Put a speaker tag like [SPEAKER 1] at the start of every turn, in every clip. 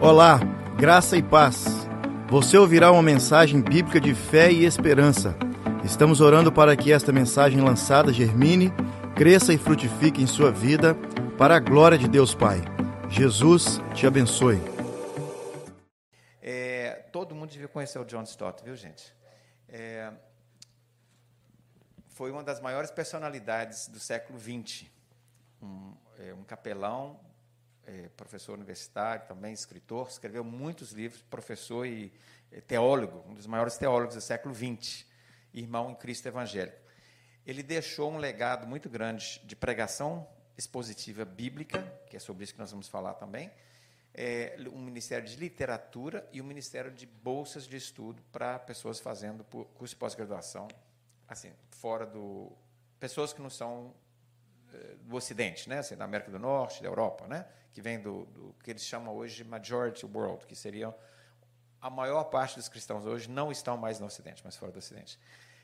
[SPEAKER 1] Olá, graça e paz. Você ouvirá uma mensagem bíblica de fé e esperança. Estamos orando para que esta mensagem lançada germine, cresça e frutifique em sua vida, para a glória de Deus Pai. Jesus te abençoe.
[SPEAKER 2] É, todo mundo devia conhecer o John Stott, viu, gente? É, foi uma das maiores personalidades do século XX. Um, é, um capelão, é, professor universitário, também escritor, escreveu muitos livros, professor e teólogo, um dos maiores teólogos do século XX, irmão em Cristo evangélico. Ele deixou um legado muito grande de pregação expositiva bíblica, que é sobre isso que nós vamos falar também, é, um ministério de literatura e um ministério de bolsas de estudo para pessoas fazendo curso de pós-graduação, assim, fora do. pessoas que não são é, do Ocidente, né? Assim, da América do Norte, da Europa, né? que vem do, do que eles chamam hoje de majority world, que seria a maior parte dos cristãos hoje não estão mais no Ocidente, mas fora do Ocidente.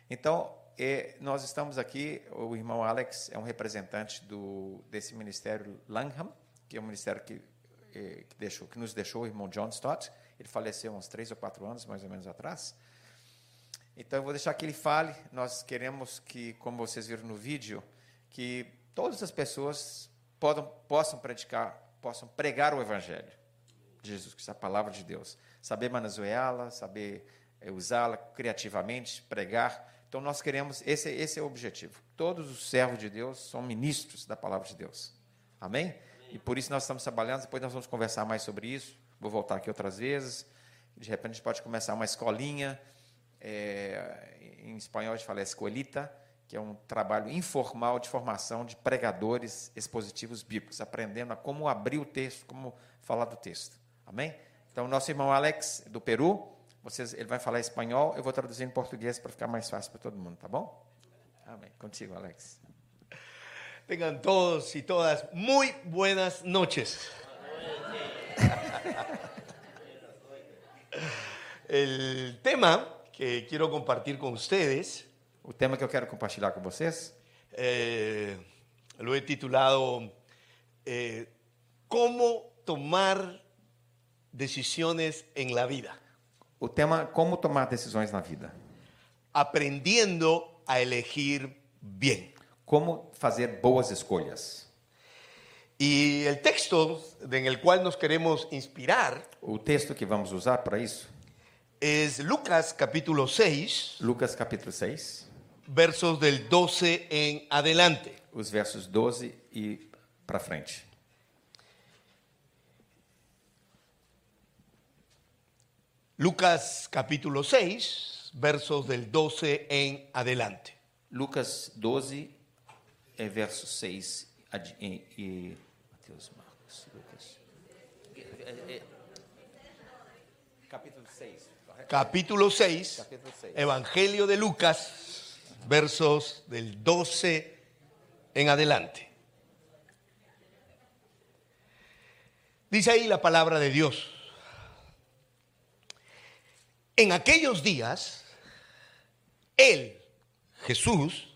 [SPEAKER 2] Então, e nós estamos aqui, o irmão Alex é um representante do, desse ministério Langham, que é um ministério que, é, que, deixou, que nos deixou o irmão John Stott. Ele faleceu uns três ou quatro anos, mais ou menos, atrás. Então, eu vou deixar que ele fale. Nós queremos que, como vocês viram no vídeo, que todas as pessoas podam, possam praticar, possam pregar o Evangelho de Jesus, que é a palavra de Deus. Saber manuseá-la, saber eh, usá-la criativamente, pregar. Então nós queremos, esse, esse é o objetivo. Todos os servos de Deus são ministros da palavra de Deus. Amém? Amém? E por isso nós estamos trabalhando, depois nós vamos conversar mais sobre isso. Vou voltar aqui outras vezes. De repente a gente pode começar uma escolinha, é, em espanhol a gente fala escolita, que é um trabalho informal de formação de pregadores expositivos bíblicos, aprendendo a como abrir o texto, como falar do texto. Amém? Então, nosso irmão Alex, do Peru, vocês, ele vai falar espanhol, eu vou traduzir em português para ficar mais fácil para todo mundo, tá bom? Amém. Contigo, Alex.
[SPEAKER 3] Tengan todos y todas muy buenas noches. El tema que quiero compartir con ustedes,
[SPEAKER 2] o tema que eu quero compartilhar com vocês,
[SPEAKER 3] eh, lo he titulado eh, ¿Cómo tomar decisiones en la vida?
[SPEAKER 2] O tema como tomar decisões na vida.
[SPEAKER 3] Aprendendo a elegir bem.
[SPEAKER 2] Como fazer boas escolhas.
[SPEAKER 3] E o texto em qual nos queremos inspirar.
[SPEAKER 2] O texto que vamos usar para isso
[SPEAKER 3] é Lucas capítulo 6.
[SPEAKER 2] Lucas capítulo 6.
[SPEAKER 3] Versos del 12 em adelante.
[SPEAKER 2] Os versos 12 e para frente.
[SPEAKER 3] Lucas capítulo 6, versos del 12 en adelante.
[SPEAKER 2] Lucas 12, eh, verso 6 eh, eh, Mateus, Marcos, Lucas.
[SPEAKER 3] Capítulo 6. Capítulo 6, capítulo 6, Evangelio de Lucas, versos del 12 en adelante. Dice ahí la palabra de Dios. En aquellos días, él, Jesús,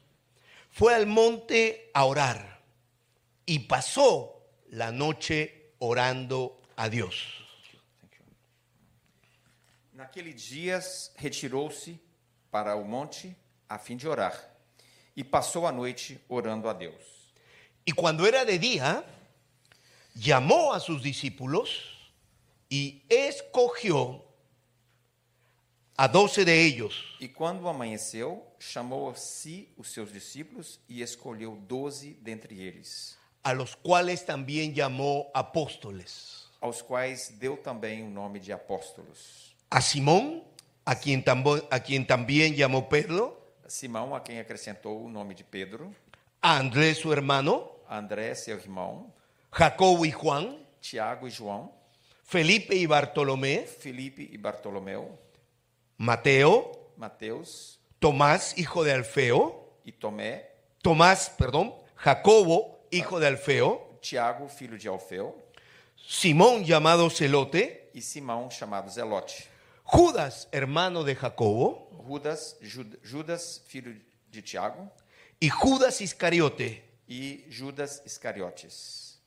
[SPEAKER 3] fue al monte a orar y pasó la noche orando a Dios.
[SPEAKER 2] Naqueles dias retirou-se para o monte a fim de orar e passou a noite orando a Deus.
[SPEAKER 3] Y cuando era de día, llamó a sus discípulos y escogió a doze de ellos.
[SPEAKER 2] E quando amanheceu, chamou a si os seus discípulos e escolheu doze dentre eles.
[SPEAKER 3] A los quais também chamou apóstoles.
[SPEAKER 2] Aos quais deu também o nome de apóstolos.
[SPEAKER 3] A Simão, a quem, tambo, a quem também chamou Pedro.
[SPEAKER 2] Simão, a quem acrescentou o nome de Pedro.
[SPEAKER 3] A André, seu hermano.
[SPEAKER 2] A André, seu irmão.
[SPEAKER 3] Jacobo e Juan.
[SPEAKER 2] Tiago e João.
[SPEAKER 3] Felipe e Bartolomé.
[SPEAKER 2] Felipe e Bartolomeu.
[SPEAKER 3] Mateo,
[SPEAKER 2] Mateus,
[SPEAKER 3] Tomás, hijo de Alfeo,
[SPEAKER 2] y Tomé,
[SPEAKER 3] Tomás, perdón, Jacobo, hijo de Alfeo,
[SPEAKER 2] Tiago, filho de Alfeo,
[SPEAKER 3] Simón llamado Celote,
[SPEAKER 2] y Simão chamado Zelote,
[SPEAKER 3] Judas, hermano de Jacobo,
[SPEAKER 2] Judas, Jud, Judas, filho de Tiago,
[SPEAKER 3] y Judas Iscariote,
[SPEAKER 2] y Judas Iscariotes,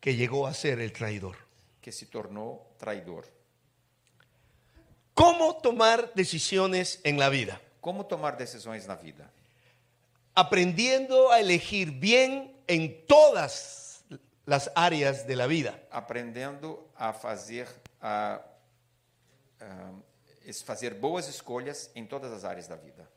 [SPEAKER 3] que llegó a ser el traidor
[SPEAKER 2] que se tornou traidor.
[SPEAKER 3] ¿Cómo tomar decisiones en la vida?
[SPEAKER 2] Como tomar decisões na vida?
[SPEAKER 3] Aprendiendo a elegir bien en todas las áreas de la vida.
[SPEAKER 2] Aprendendo a fazer a, a, es- fazer boas escolhas em todas as áreas da vida.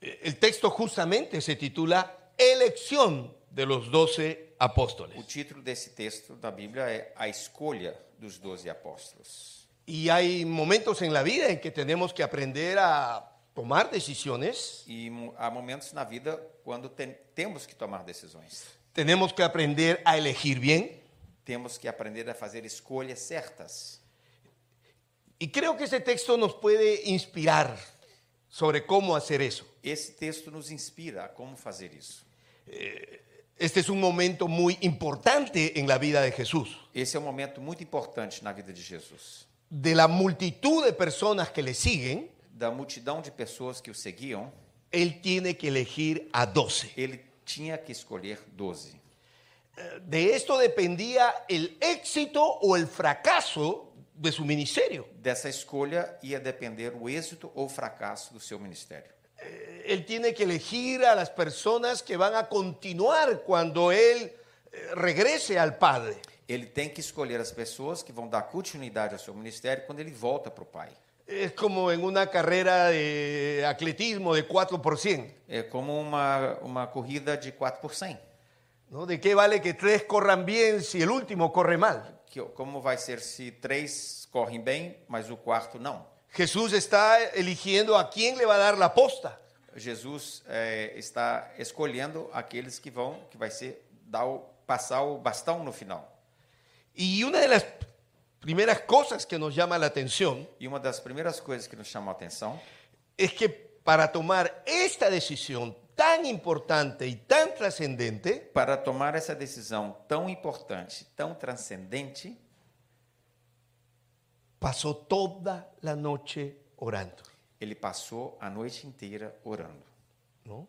[SPEAKER 3] El texto justamente se titula Elección de los doce
[SPEAKER 2] O
[SPEAKER 3] apóstoles.
[SPEAKER 2] título desse texto da Bíblia é A Escolha dos Doze Apóstolos.
[SPEAKER 3] Y hay momentos en la vida en que tenemos que aprender a tomar decisiones,
[SPEAKER 2] E mo- há momentos na vida quando tem- temos que tomar decisões.
[SPEAKER 3] tenemos que aprender a elegir bien.
[SPEAKER 2] Temos que aprender a fazer escolhas certas.
[SPEAKER 3] Y creo que ese texto nos puede inspirar sobre cómo hacer eso.
[SPEAKER 2] Esse texto nos inspira a como fazer isso.
[SPEAKER 3] Este es un momento muy importante en la vida de Jesús.
[SPEAKER 2] Esse é um momento muito importante na vida de Jesus.
[SPEAKER 3] De la multitud de personas que le siguen,
[SPEAKER 2] Da multidão de pessoas que o seguiam,
[SPEAKER 3] él tiene que elegir a doce.
[SPEAKER 2] ele tinha que escolher doze.
[SPEAKER 3] De esto dependía el éxito o el fracaso de su ministerio.
[SPEAKER 2] Dessa escolha ia depender o êxito ou fracasso do seu ministério.
[SPEAKER 3] Eh, Él tiene que elegir a las personas que van a continuar cuando él eh, regrese al Padre.
[SPEAKER 2] Ele tem que escolher as pessoas que vão dar continuidade ao seu ministério quando ele volta para o Pai.
[SPEAKER 3] Es como en una carrera de atletismo de 4 por 100.
[SPEAKER 2] É como uma, uma corrida de 4 por 100.
[SPEAKER 3] ¿no? ¿De qué vale que tres corran bien si el último corre mal?
[SPEAKER 2] Que, como vai ser se três correm bem, mas o quarto não?
[SPEAKER 3] Jesús está eligiendo a quién le va a dar la posta.
[SPEAKER 2] Jesus eh, está escolhendo aqueles que vão, que vai ser dar o, passar o bastão no final.
[SPEAKER 3] Y una de las primeras cosas que nos llama la atención
[SPEAKER 2] E uma das primeiras coisas que nos chama a atenção
[SPEAKER 3] es que para tomar esta decisión tan importante y tan trascendente,
[SPEAKER 2] para tomar essa decisão tão importante, tão transcendente,
[SPEAKER 3] pasó toda la noche orando.
[SPEAKER 2] ele passou a noite inteira orando.
[SPEAKER 3] ¿no?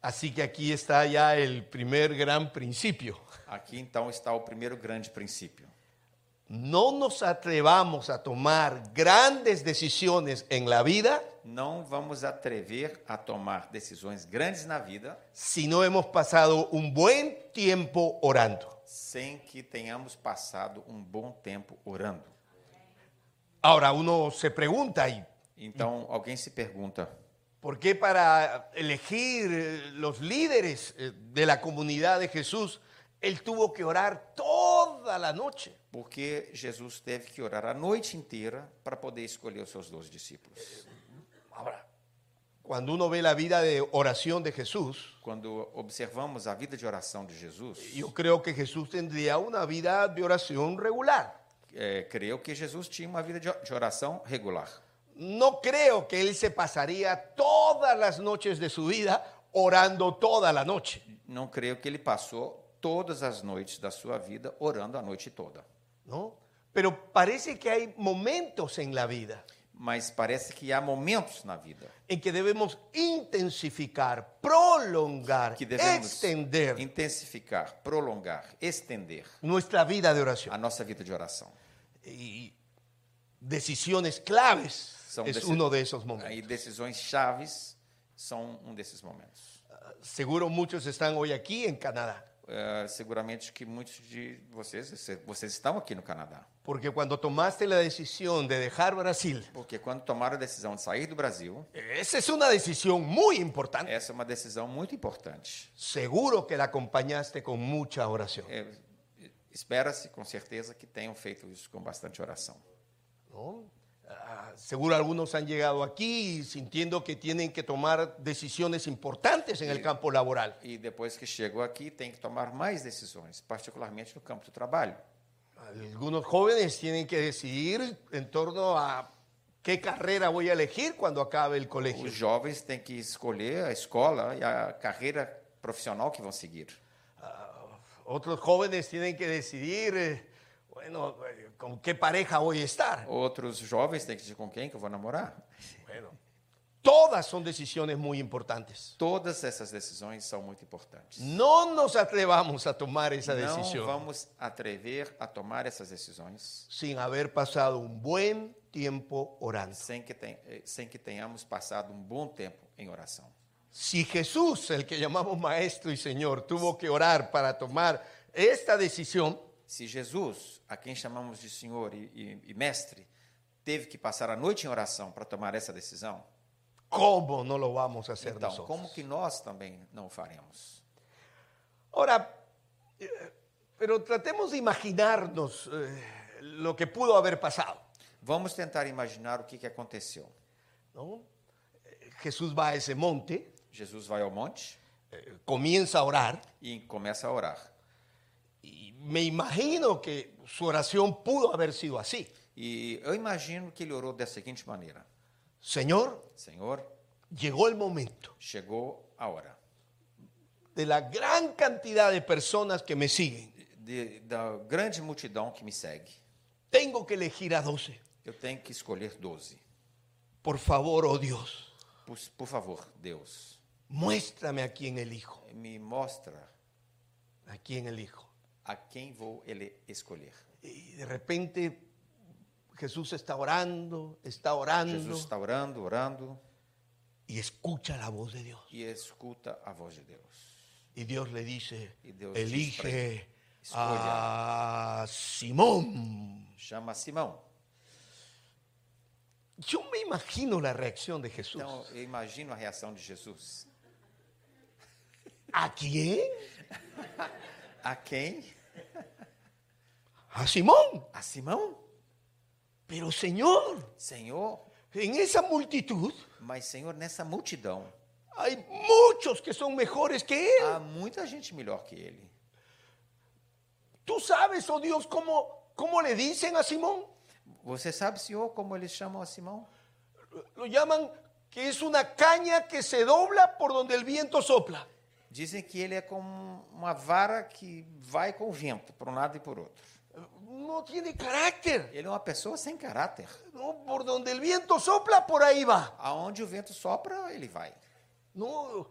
[SPEAKER 3] Así que aquí está ya el primer gran principio.
[SPEAKER 2] Aqui então está o primeiro grande princípio.
[SPEAKER 3] No nos atrevamos a tomar grandes decisiones en la vida
[SPEAKER 2] Não vamos atrever a tomar decisões grandes na vida
[SPEAKER 3] si no hemos pasado un buen tiempo orando.
[SPEAKER 2] sem que tenhamos passado um bom tempo orando.
[SPEAKER 3] Ahora uno se pregunta, ¿y
[SPEAKER 2] Então, alguém se pergunta:
[SPEAKER 3] por qué para elegir eh, los líderes eh, de la comunidad de Jesús, él tuvo que orar toda la noche?
[SPEAKER 2] por que Jesus teve que orar a noite inteira para poder escolher os seus doze discípulos?
[SPEAKER 3] Ahora, cuando uno ve la vida de oración de Jesús,
[SPEAKER 2] Quando observamos a vida de oração de Jesus,
[SPEAKER 3] yo creo que Jesús tendría una vida de oración regular.
[SPEAKER 2] é, creio que Jesus tinha uma vida de o- de oração regular.
[SPEAKER 3] No creo que él se pasaría todas las noches de su vida orando toda la noche.
[SPEAKER 2] Não creio que ele passou todas as noites da sua vida orando a noite toda.
[SPEAKER 3] ¿no? Pero parece que hay momentos en la vida
[SPEAKER 2] Mas parece que há momentos na vida
[SPEAKER 3] en que debemos intensificar, prolongar,
[SPEAKER 2] que devemos
[SPEAKER 3] extender
[SPEAKER 2] intensificar, prolongar, estender
[SPEAKER 3] nuestra vida de
[SPEAKER 2] a
[SPEAKER 3] oración.
[SPEAKER 2] nossa vida de oração.
[SPEAKER 3] Y decisiones claves es
[SPEAKER 2] deci-
[SPEAKER 3] uno de esos momentos.
[SPEAKER 2] Aí decisões chaves são um desses momentos.
[SPEAKER 3] Seguro muchos están hoy aquí en Canadá,
[SPEAKER 2] É, seguramente que muitos de vocês, vocês- vocês estão aqui no Canadá,
[SPEAKER 3] porque cuando tomaste la decisión de dejar Brasil,
[SPEAKER 2] porque quando tomaram a decisão de sair do Brasil,
[SPEAKER 3] esa es una decisión muy importante.
[SPEAKER 2] essa é uma decisão muito importante.
[SPEAKER 3] Seguro que la acompañaste con mucha oración.
[SPEAKER 2] É, Espera-se, com certeza, que tenham feito isso com bastante oração.
[SPEAKER 3] ¿no? Ah, Seguro algunos han llegado aquí sintiendo que tienen que tomar decisiones importantes en el campo laboral.
[SPEAKER 2] E depois que chegam aqui, tem que tomar mais decisões, particularmente no campo do trabalho.
[SPEAKER 3] Algunos jóvenes tienen que decidir en torno a qué carrera voy a elegir cuando acabe el colegio.
[SPEAKER 2] Os jovens têm que escolher a escola e a carreira profissional que vão seguir.
[SPEAKER 3] Otros jóvenes tienen que decidir, eh, bueno, eh, con qué pareja voy a estar.
[SPEAKER 2] Oh. Outros jovens têm que dizer com quem que eu vou namorar.
[SPEAKER 3] Bueno, Todas son decisiones muy importantes.
[SPEAKER 2] Todas essas decisões são muito importantes.
[SPEAKER 3] No nos atrevamos a tomar esa
[SPEAKER 2] Não
[SPEAKER 3] decisión
[SPEAKER 2] vamos atrever a tomar essas decisões
[SPEAKER 3] sin haber pasado un buen tiempo orando.
[SPEAKER 2] sem que, ten- eh, sem que tenhamos passado um bom tempo em oração.
[SPEAKER 3] Si Jesús, el que llamamos Maestro y Señor, tuvo que orar para tomar esta decisión,
[SPEAKER 2] Se Jesus, a quem chamamos de Senhor e, e- e Mestre, teve que passar a noite em oração para tomar essa decisão,
[SPEAKER 3] ¿cómo no lo vamos a hacer
[SPEAKER 2] então,
[SPEAKER 3] nosotros?
[SPEAKER 2] como que nós também não o faremos?
[SPEAKER 3] Ahora, eh, pero tratemos de imaginarnos eh, lo que pudo haber pasado.
[SPEAKER 2] Vamos tentar imaginar o que, que aconteceu.
[SPEAKER 3] ¿no? Eh, Jesús va a ese monte,
[SPEAKER 2] Jesus vai ao monte
[SPEAKER 3] eh, comienza a orar,
[SPEAKER 2] e começa a orar.
[SPEAKER 3] y me imagino que su oración pudo haber sido así.
[SPEAKER 2] E eu imagino que ele orou da seguinte maneira:
[SPEAKER 3] Señor,
[SPEAKER 2] Senhor,
[SPEAKER 3] llegó el momento
[SPEAKER 2] chegou a hora.
[SPEAKER 3] de la gran cantidad de personas que me siguen.
[SPEAKER 2] De- da grande multidão que me segue,
[SPEAKER 3] Tengo que elegir a 12.
[SPEAKER 2] eu tenho que escolher 12.
[SPEAKER 3] Por favor, oh Dios,
[SPEAKER 2] Por, por favor, Deus,
[SPEAKER 3] muéstrame a quién elijo.
[SPEAKER 2] me mostra
[SPEAKER 3] A quién elijo.
[SPEAKER 2] a quem vou ele escolher.
[SPEAKER 3] Y de repente Jesús está orando, está orando
[SPEAKER 2] Jesus está orando, orando
[SPEAKER 3] y escucha la voz de Dios.
[SPEAKER 2] e escuta a voz de Deus.
[SPEAKER 3] Y Dios le dice,
[SPEAKER 2] Y Dios
[SPEAKER 3] elige
[SPEAKER 2] dice,
[SPEAKER 3] a Simón.
[SPEAKER 2] Chama Simão.
[SPEAKER 3] Yo me imagino la reacción de Jesús.
[SPEAKER 2] Então, eu imagino a reação de Jesus.
[SPEAKER 3] ¿A quién?
[SPEAKER 2] A quem?
[SPEAKER 3] A Simón.
[SPEAKER 2] A Simão?
[SPEAKER 3] Pero Señor,
[SPEAKER 2] Senhor,
[SPEAKER 3] en esa multitud
[SPEAKER 2] mas Senhor, nessa multidão
[SPEAKER 3] hay muchos que son mejores que él.
[SPEAKER 2] há muita gente melhor que ele.
[SPEAKER 3] Tú sabes, oh Dios, cómo, cómo le dicen a Simón.
[SPEAKER 2] Você sabe, Senhor, como eles chamam a Simão?
[SPEAKER 3] Lo llaman que es una caña que se dobla por donde el viento sopla.
[SPEAKER 2] Dizem que ele é como uma vara que vai com o vento, para um lado e por outro.
[SPEAKER 3] No tiene carácter.
[SPEAKER 2] Ele é uma pessoa sem caráter.
[SPEAKER 3] No, por donde el viento sopla, por ahí va.
[SPEAKER 2] Aonde o vento sopra, ele vai.
[SPEAKER 3] No,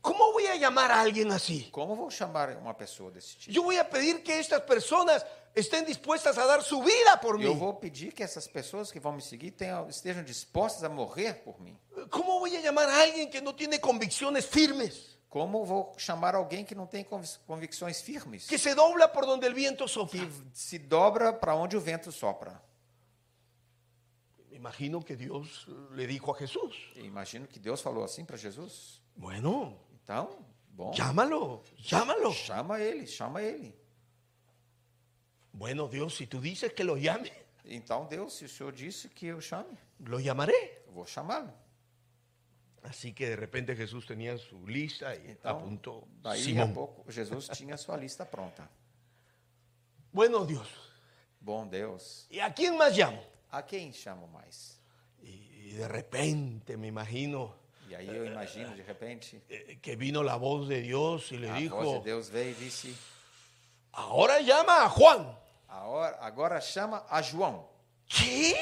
[SPEAKER 3] ¿cómo voy a llamar a alguien así?
[SPEAKER 2] Como vou chamar uma pessoa desse tipo?
[SPEAKER 3] Yo voy a pedir que estas personas estén dispuestas a dar su vida por mí.
[SPEAKER 2] Eu vou pedir que essas pessoas que vão me seguir tenham, estejam dispostas a morrer por mim.
[SPEAKER 3] ¿Cómo voy a llamar a alguien que no tiene convicciones firmes?
[SPEAKER 2] Como vou chamar alguém que não tem convic- convicções firmes?
[SPEAKER 3] Que se dobla por donde el viento sopla.
[SPEAKER 2] Que se dobra para onde o vento sopra.
[SPEAKER 3] Me imagino que Dios le dijo a Jesús,
[SPEAKER 2] Eu imagino que Deus falou assim para Jesus.
[SPEAKER 3] bueno,
[SPEAKER 2] Então, bom,
[SPEAKER 3] llámalo, llámalo.
[SPEAKER 2] chama ele, chama ele.
[SPEAKER 3] Bueno, Dios, si tú dices que lo llame,
[SPEAKER 2] Então, Deus, se o Senhor disse que eu chame,
[SPEAKER 3] lo llamaré.
[SPEAKER 2] eu vou chamá-lo.
[SPEAKER 3] Así que de repente Jesús tenía su lista y apuntó
[SPEAKER 2] Então, daí a
[SPEAKER 3] Simón.
[SPEAKER 2] pouco, Jesus tinha sua lista pronta.
[SPEAKER 3] Bueno, Dios,
[SPEAKER 2] Bom Deus,
[SPEAKER 3] ¿y a quién más llamo?
[SPEAKER 2] a quem chamo mais?
[SPEAKER 3] Y, y de repente me imagino
[SPEAKER 2] E aí eu imagino, de repente,
[SPEAKER 3] eh, que vino la voz de Dios y le
[SPEAKER 2] a voz de
[SPEAKER 3] dijo,
[SPEAKER 2] Deus veio e disse,
[SPEAKER 3] ahora llama a Juan.
[SPEAKER 2] "A hora- agora chama a João.
[SPEAKER 3] ¿Qué?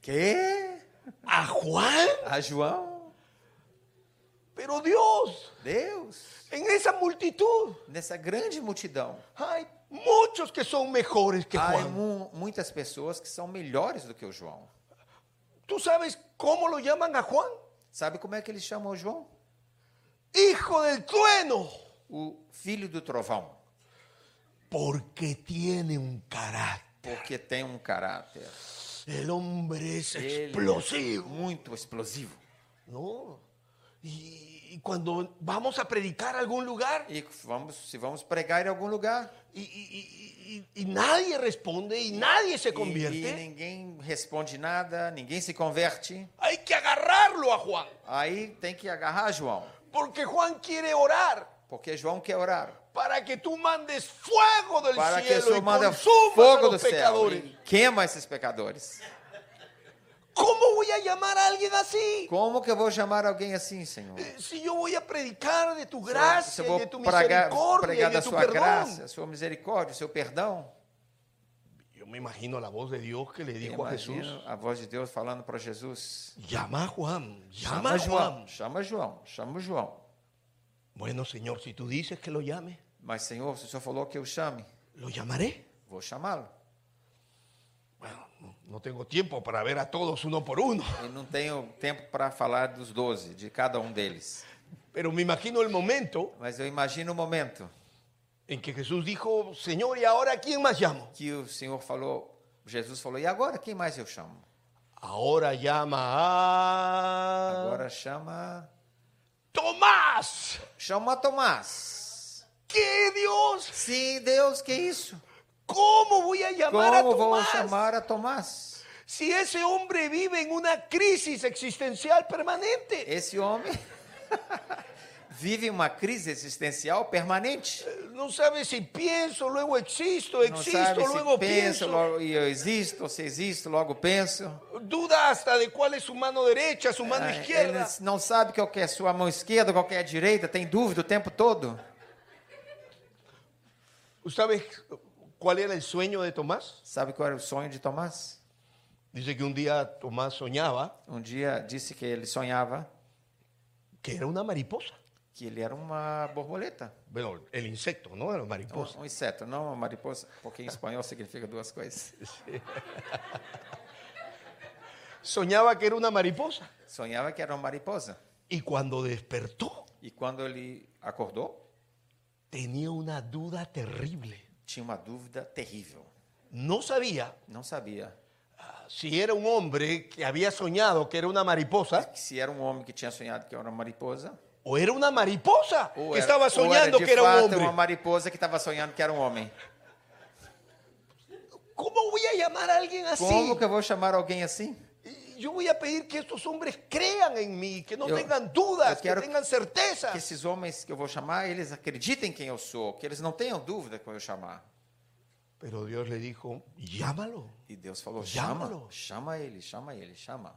[SPEAKER 2] Que?
[SPEAKER 3] ¿A Juan?
[SPEAKER 2] A João?
[SPEAKER 3] Pero Dios,
[SPEAKER 2] Deus,
[SPEAKER 3] en esa multitud
[SPEAKER 2] nessa grande multidão,
[SPEAKER 3] hay muchos que son mejores que
[SPEAKER 2] há
[SPEAKER 3] Juan.
[SPEAKER 2] mu- muitas pessoas que são melhores do que o João.
[SPEAKER 3] ¿Tú sabes cómo lo llaman a Juan?
[SPEAKER 2] Sabe como é que eles chamam o João?
[SPEAKER 3] Hijo del trueno.
[SPEAKER 2] O filho do trovão,
[SPEAKER 3] Porque tiene un carácter.
[SPEAKER 2] porque tem um caráter
[SPEAKER 3] El hombre es
[SPEAKER 2] Ele é
[SPEAKER 3] explosivo.
[SPEAKER 2] muito explosivo.
[SPEAKER 3] No. Y, y cuando vamos a predicar a algún lugar
[SPEAKER 2] E vamos, se vamos pregar em algum lugar,
[SPEAKER 3] y, y- y- y- y nadie responde y nadie se
[SPEAKER 2] e- e
[SPEAKER 3] convierte,
[SPEAKER 2] ninguém responde nada, ninguém se converte,
[SPEAKER 3] hay que agarrarlo a Juan.
[SPEAKER 2] aí tem que agarrar João,
[SPEAKER 3] Porque Juan quiere orar
[SPEAKER 2] porque João quer orar.
[SPEAKER 3] para que tú mandes fuego del
[SPEAKER 2] Para que o
[SPEAKER 3] cielo y
[SPEAKER 2] Senhor manda
[SPEAKER 3] consumas a
[SPEAKER 2] fogo do
[SPEAKER 3] los
[SPEAKER 2] céu
[SPEAKER 3] pecadores.
[SPEAKER 2] e queima esses pecadores.
[SPEAKER 3] ¿Cómo voy a llamar a alguien así?
[SPEAKER 2] Como que eu vou chamar alguém assim, Senhor?
[SPEAKER 3] Eh, Si yo voy a predicar de tu
[SPEAKER 2] Se
[SPEAKER 3] gracia,
[SPEAKER 2] eu vou
[SPEAKER 3] de tu
[SPEAKER 2] pregar,
[SPEAKER 3] misericordia,
[SPEAKER 2] pregar
[SPEAKER 3] y de
[SPEAKER 2] da
[SPEAKER 3] tu
[SPEAKER 2] sua
[SPEAKER 3] perdón.
[SPEAKER 2] graça, sua misericórdia, seu perdão,
[SPEAKER 3] Yo me imagino la voz de Dios que le dijo a
[SPEAKER 2] Imagino
[SPEAKER 3] Jesús,
[SPEAKER 2] a voz de Deus falando para Jesus:
[SPEAKER 3] llama a Juan, llama
[SPEAKER 2] Chama
[SPEAKER 3] a Juan.
[SPEAKER 2] João, chama João, chama João.
[SPEAKER 3] Bueno, Señor, si tú dices que lo llame,
[SPEAKER 2] Mas, Senhor, se o Senhor falou que eu chame,
[SPEAKER 3] lo llamaré.
[SPEAKER 2] vou chamá-lo.
[SPEAKER 3] Bueno, no- no tengo tiempo para ver a todos uno por uno,
[SPEAKER 2] E não tenho tempo para falar dos doze, de cada um deles.
[SPEAKER 3] pero me imagino el momento
[SPEAKER 2] Mas eu imagino o momento
[SPEAKER 3] en que Jesús dijo, Señor, ¿y ahora a quién más llamo?
[SPEAKER 2] que o Senhor falou, Jesus falou: e agora quem mais eu chamo?
[SPEAKER 3] Ahora llama a
[SPEAKER 2] Agora chama.
[SPEAKER 3] Tomás.
[SPEAKER 2] Chama Tomás.
[SPEAKER 3] ¿Qué Dios?
[SPEAKER 2] Sim, Deus, que isso?
[SPEAKER 3] ¿Cómo voy a llamar
[SPEAKER 2] Como vou
[SPEAKER 3] a Tomás?
[SPEAKER 2] chamar a Tomás?
[SPEAKER 3] Si ese hombre vive en una crisis existencial permanente,
[SPEAKER 2] Esse homem vive uma crise existencial permanente.
[SPEAKER 3] no sabe si pienso, luego existo,
[SPEAKER 2] Não
[SPEAKER 3] existo,
[SPEAKER 2] sabe
[SPEAKER 3] luego
[SPEAKER 2] se pensa,
[SPEAKER 3] pienso,
[SPEAKER 2] logo e eu existo, se existo, logo penso.
[SPEAKER 3] duda hasta de cuál es su mano derecha, su mano
[SPEAKER 2] Ah,
[SPEAKER 3] izquierda.
[SPEAKER 2] Ele não sabe qual que é a sua mão esquerda, qual que é a direita, tem dúvida o tempo todo.
[SPEAKER 3] ¿Sabes cuál era el sueño de Tomás?
[SPEAKER 2] Sabe qual era o sonho de Tomás?
[SPEAKER 3] Dice que un día Tomás soñaba
[SPEAKER 2] Um dia disse que ele sonhava
[SPEAKER 3] que era una mariposa.
[SPEAKER 2] que ele era uma borboleta,
[SPEAKER 3] Bueno, el insecto, ¿no? Era una mariposa.
[SPEAKER 2] um, um inseto, não uma mariposa, porque em espanhol significa duas coisas. Ah.
[SPEAKER 3] Soñaba que era una mariposa.
[SPEAKER 2] Sonhava que era uma mariposa.
[SPEAKER 3] Y cuando despertó,
[SPEAKER 2] E quando ele acordou,
[SPEAKER 3] tenía una duda terrible.
[SPEAKER 2] tinha uma dúvida terrível.
[SPEAKER 3] No sabía
[SPEAKER 2] Não sabia
[SPEAKER 3] si era un hombre que había soñado que era una mariposa
[SPEAKER 2] se era um homem que tinha sonhado que era uma mariposa
[SPEAKER 3] o era una mariposa
[SPEAKER 2] ou era,
[SPEAKER 3] que estaba
[SPEAKER 2] ou
[SPEAKER 3] soñando
[SPEAKER 2] de
[SPEAKER 3] que era um un
[SPEAKER 2] fato,
[SPEAKER 3] hombre.
[SPEAKER 2] uma mariposa que estava sonhando que era um homem.
[SPEAKER 3] ¿Cómo voy a llamar a alguien así?
[SPEAKER 2] Como que eu vou chamar alguém assim?
[SPEAKER 3] Y Yo voy a pedir que estos hombres crean en mí, que no
[SPEAKER 2] Yo-
[SPEAKER 3] tengan dudas,
[SPEAKER 2] yo
[SPEAKER 3] que
[SPEAKER 2] quiero
[SPEAKER 3] tengan certeza.
[SPEAKER 2] Que esses homens que eu vou chamar, eles acreditem quem eu sou, que eles não tenham dúvida quando eu chamar.
[SPEAKER 3] Pero Dios le dijo, llámalo.
[SPEAKER 2] E Deus falou:
[SPEAKER 3] Llámalo.
[SPEAKER 2] chama, chama ele, chama ele, chama.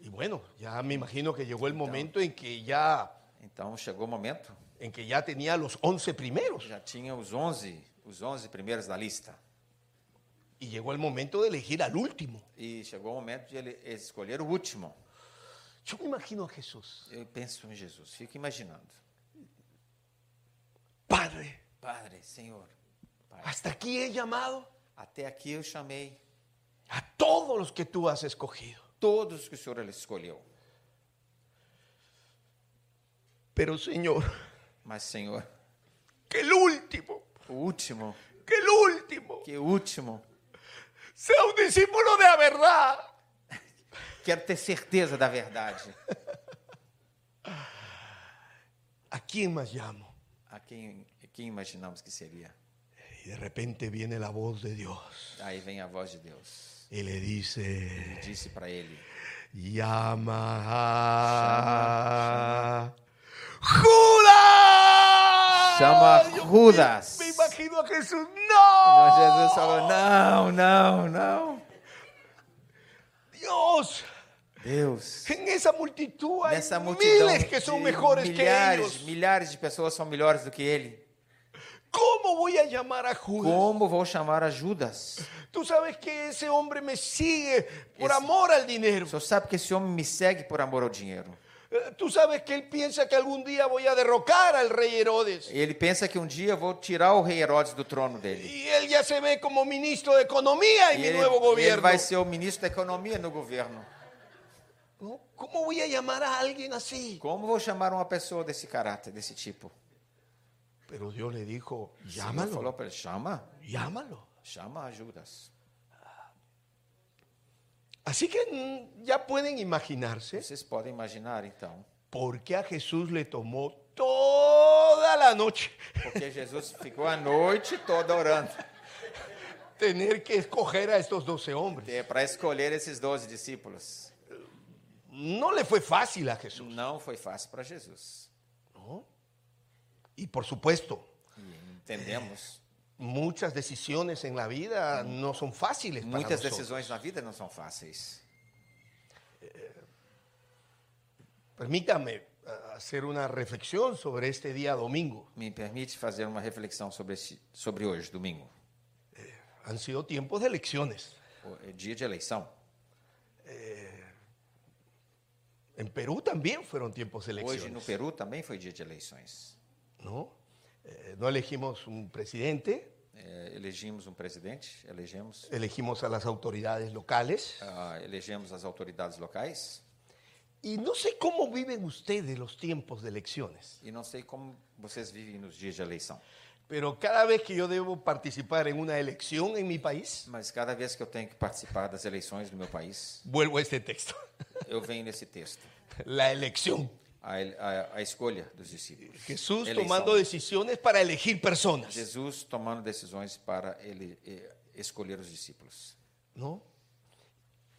[SPEAKER 3] Y bueno, ya me imagino que llegó el momento en que ya,
[SPEAKER 2] Então chegou o momento,
[SPEAKER 3] en que ya tenía los 11 primeros.
[SPEAKER 2] já tinha os 11, os 11 primeiros da lista.
[SPEAKER 3] Y llegó el momento de elegir al último.
[SPEAKER 2] E chegou o momento de ele escolher o último.
[SPEAKER 3] Yo me imagino a Jesús.
[SPEAKER 2] Eu penso em Jesus, fico imaginando.
[SPEAKER 3] Padre,
[SPEAKER 2] Padre, Senhor, Pai,
[SPEAKER 3] hasta aquí he llamado
[SPEAKER 2] até aqui eu chamei
[SPEAKER 3] a todos los que tú has escogido.
[SPEAKER 2] todos que o Senhor ele escolheu.
[SPEAKER 3] Pero Señor,
[SPEAKER 2] Mas, Senhor,
[SPEAKER 3] que el último,
[SPEAKER 2] o último,
[SPEAKER 3] que el último
[SPEAKER 2] que o último,
[SPEAKER 3] sea un discípulo de la verdad.
[SPEAKER 2] quero ter certeza da verdade.
[SPEAKER 3] ¿A quién más llamo?
[SPEAKER 2] A quem, a quem imaginamos que seria?
[SPEAKER 3] Y de repente viene la voz de Dios
[SPEAKER 2] Aí vem a voz de Deus
[SPEAKER 3] y le dice,
[SPEAKER 2] e disse para ele:
[SPEAKER 3] llama a Judas.
[SPEAKER 2] Chama a
[SPEAKER 3] Yo
[SPEAKER 2] Judas.
[SPEAKER 3] Me imagino a Jesús,
[SPEAKER 2] Mas
[SPEAKER 3] no.
[SPEAKER 2] Jesus falou: Não, não, não.
[SPEAKER 3] Dios.
[SPEAKER 2] Deus,
[SPEAKER 3] En esa multitud hay
[SPEAKER 2] nessa multidão,
[SPEAKER 3] miles que son
[SPEAKER 2] de
[SPEAKER 3] mejores que
[SPEAKER 2] milhares,
[SPEAKER 3] ellos.
[SPEAKER 2] milhares de pessoas são melhores do que ele.
[SPEAKER 3] ¿Cómo voy a llamar a Judas?
[SPEAKER 2] Como vou chamar a Judas?
[SPEAKER 3] Tú sabes que ese hombre me sigue por
[SPEAKER 2] Ese-
[SPEAKER 3] amor al dinero.
[SPEAKER 2] O senhor sabe que esse homem me segue por amor ao dinheiro.
[SPEAKER 3] Eh, Tú sabes que él piensa que algún día voy a derrocar al rey Herodes.
[SPEAKER 2] Ele pensa que um dia eu vou tirar o rei Herodes do trono dele.
[SPEAKER 3] Y él ya se ve como ministro de economía en mi
[SPEAKER 2] ele,
[SPEAKER 3] nuevo
[SPEAKER 2] e ele
[SPEAKER 3] gobierno.
[SPEAKER 2] vai ser o ministro da economia no governo.
[SPEAKER 3] ¿No? ¿Cómo voy a llamar a alguien así?
[SPEAKER 2] Como vou chamar uma pessoa desse caráter, desse tipo?
[SPEAKER 3] Pero Dios le dijo,
[SPEAKER 2] Ele falou
[SPEAKER 3] llámalo,
[SPEAKER 2] para ele, chama,
[SPEAKER 3] llámalo.
[SPEAKER 2] chama a Judas.
[SPEAKER 3] Así que mm, ya pueden imaginarse
[SPEAKER 2] Vocês podem imaginar então,
[SPEAKER 3] por qué a Jesús le tomó toda la noche
[SPEAKER 2] porque Jesus ficou a noite toda orando
[SPEAKER 3] tener que escoger a estos doce hombres.
[SPEAKER 2] para escolher esses 12 discípulos.
[SPEAKER 3] No le fue fácil a Jesús.
[SPEAKER 2] Não foi fácil para Jesus.
[SPEAKER 3] ¿no? Y por supuesto,
[SPEAKER 2] E entendemos,
[SPEAKER 3] muchas decisiones en la vida no son fáciles. Para
[SPEAKER 2] muitas
[SPEAKER 3] nosotros.
[SPEAKER 2] decisões na vida não são fáceis.
[SPEAKER 3] Permítame eh, hacer una reflexión sobre este día domingo.
[SPEAKER 2] Me permite fazer uma reflexão sobre, esse, sobre hoje, domingo.
[SPEAKER 3] Han sido tiempos de elecciones.
[SPEAKER 2] O- é dia de eleição.
[SPEAKER 3] En Perú también fueron tiempos de
[SPEAKER 2] Hoje no
[SPEAKER 3] elecciones.
[SPEAKER 2] Peru também foi dia de eleições.
[SPEAKER 3] ¿no? Eh, no elegimos un presidente,
[SPEAKER 2] É, elegimos um presidente, elegemos,
[SPEAKER 3] elegimos a las autoridades locales.
[SPEAKER 2] ah, elegemos as autoridades locais
[SPEAKER 3] Y no sé cómo viven ustedes los tiempos de elecciones,
[SPEAKER 2] e não sei como vocês vivem nos dias de eleição.
[SPEAKER 3] pero cada vez que yo debo participar en una elección en mi país,
[SPEAKER 2] Mas cada vez que eu tenho que participar das eleições no meu país,
[SPEAKER 3] vuelvo a este texto.
[SPEAKER 2] eu venho nesse texto.
[SPEAKER 3] La elección.
[SPEAKER 2] A, ele- a, a escolha dos discípulos.
[SPEAKER 3] Jesús
[SPEAKER 2] Eleição.
[SPEAKER 3] tomando decisiones para elegir personas.
[SPEAKER 2] Jesus tomando decisões para ele eh, escolher os discípulos.
[SPEAKER 3] ¿no?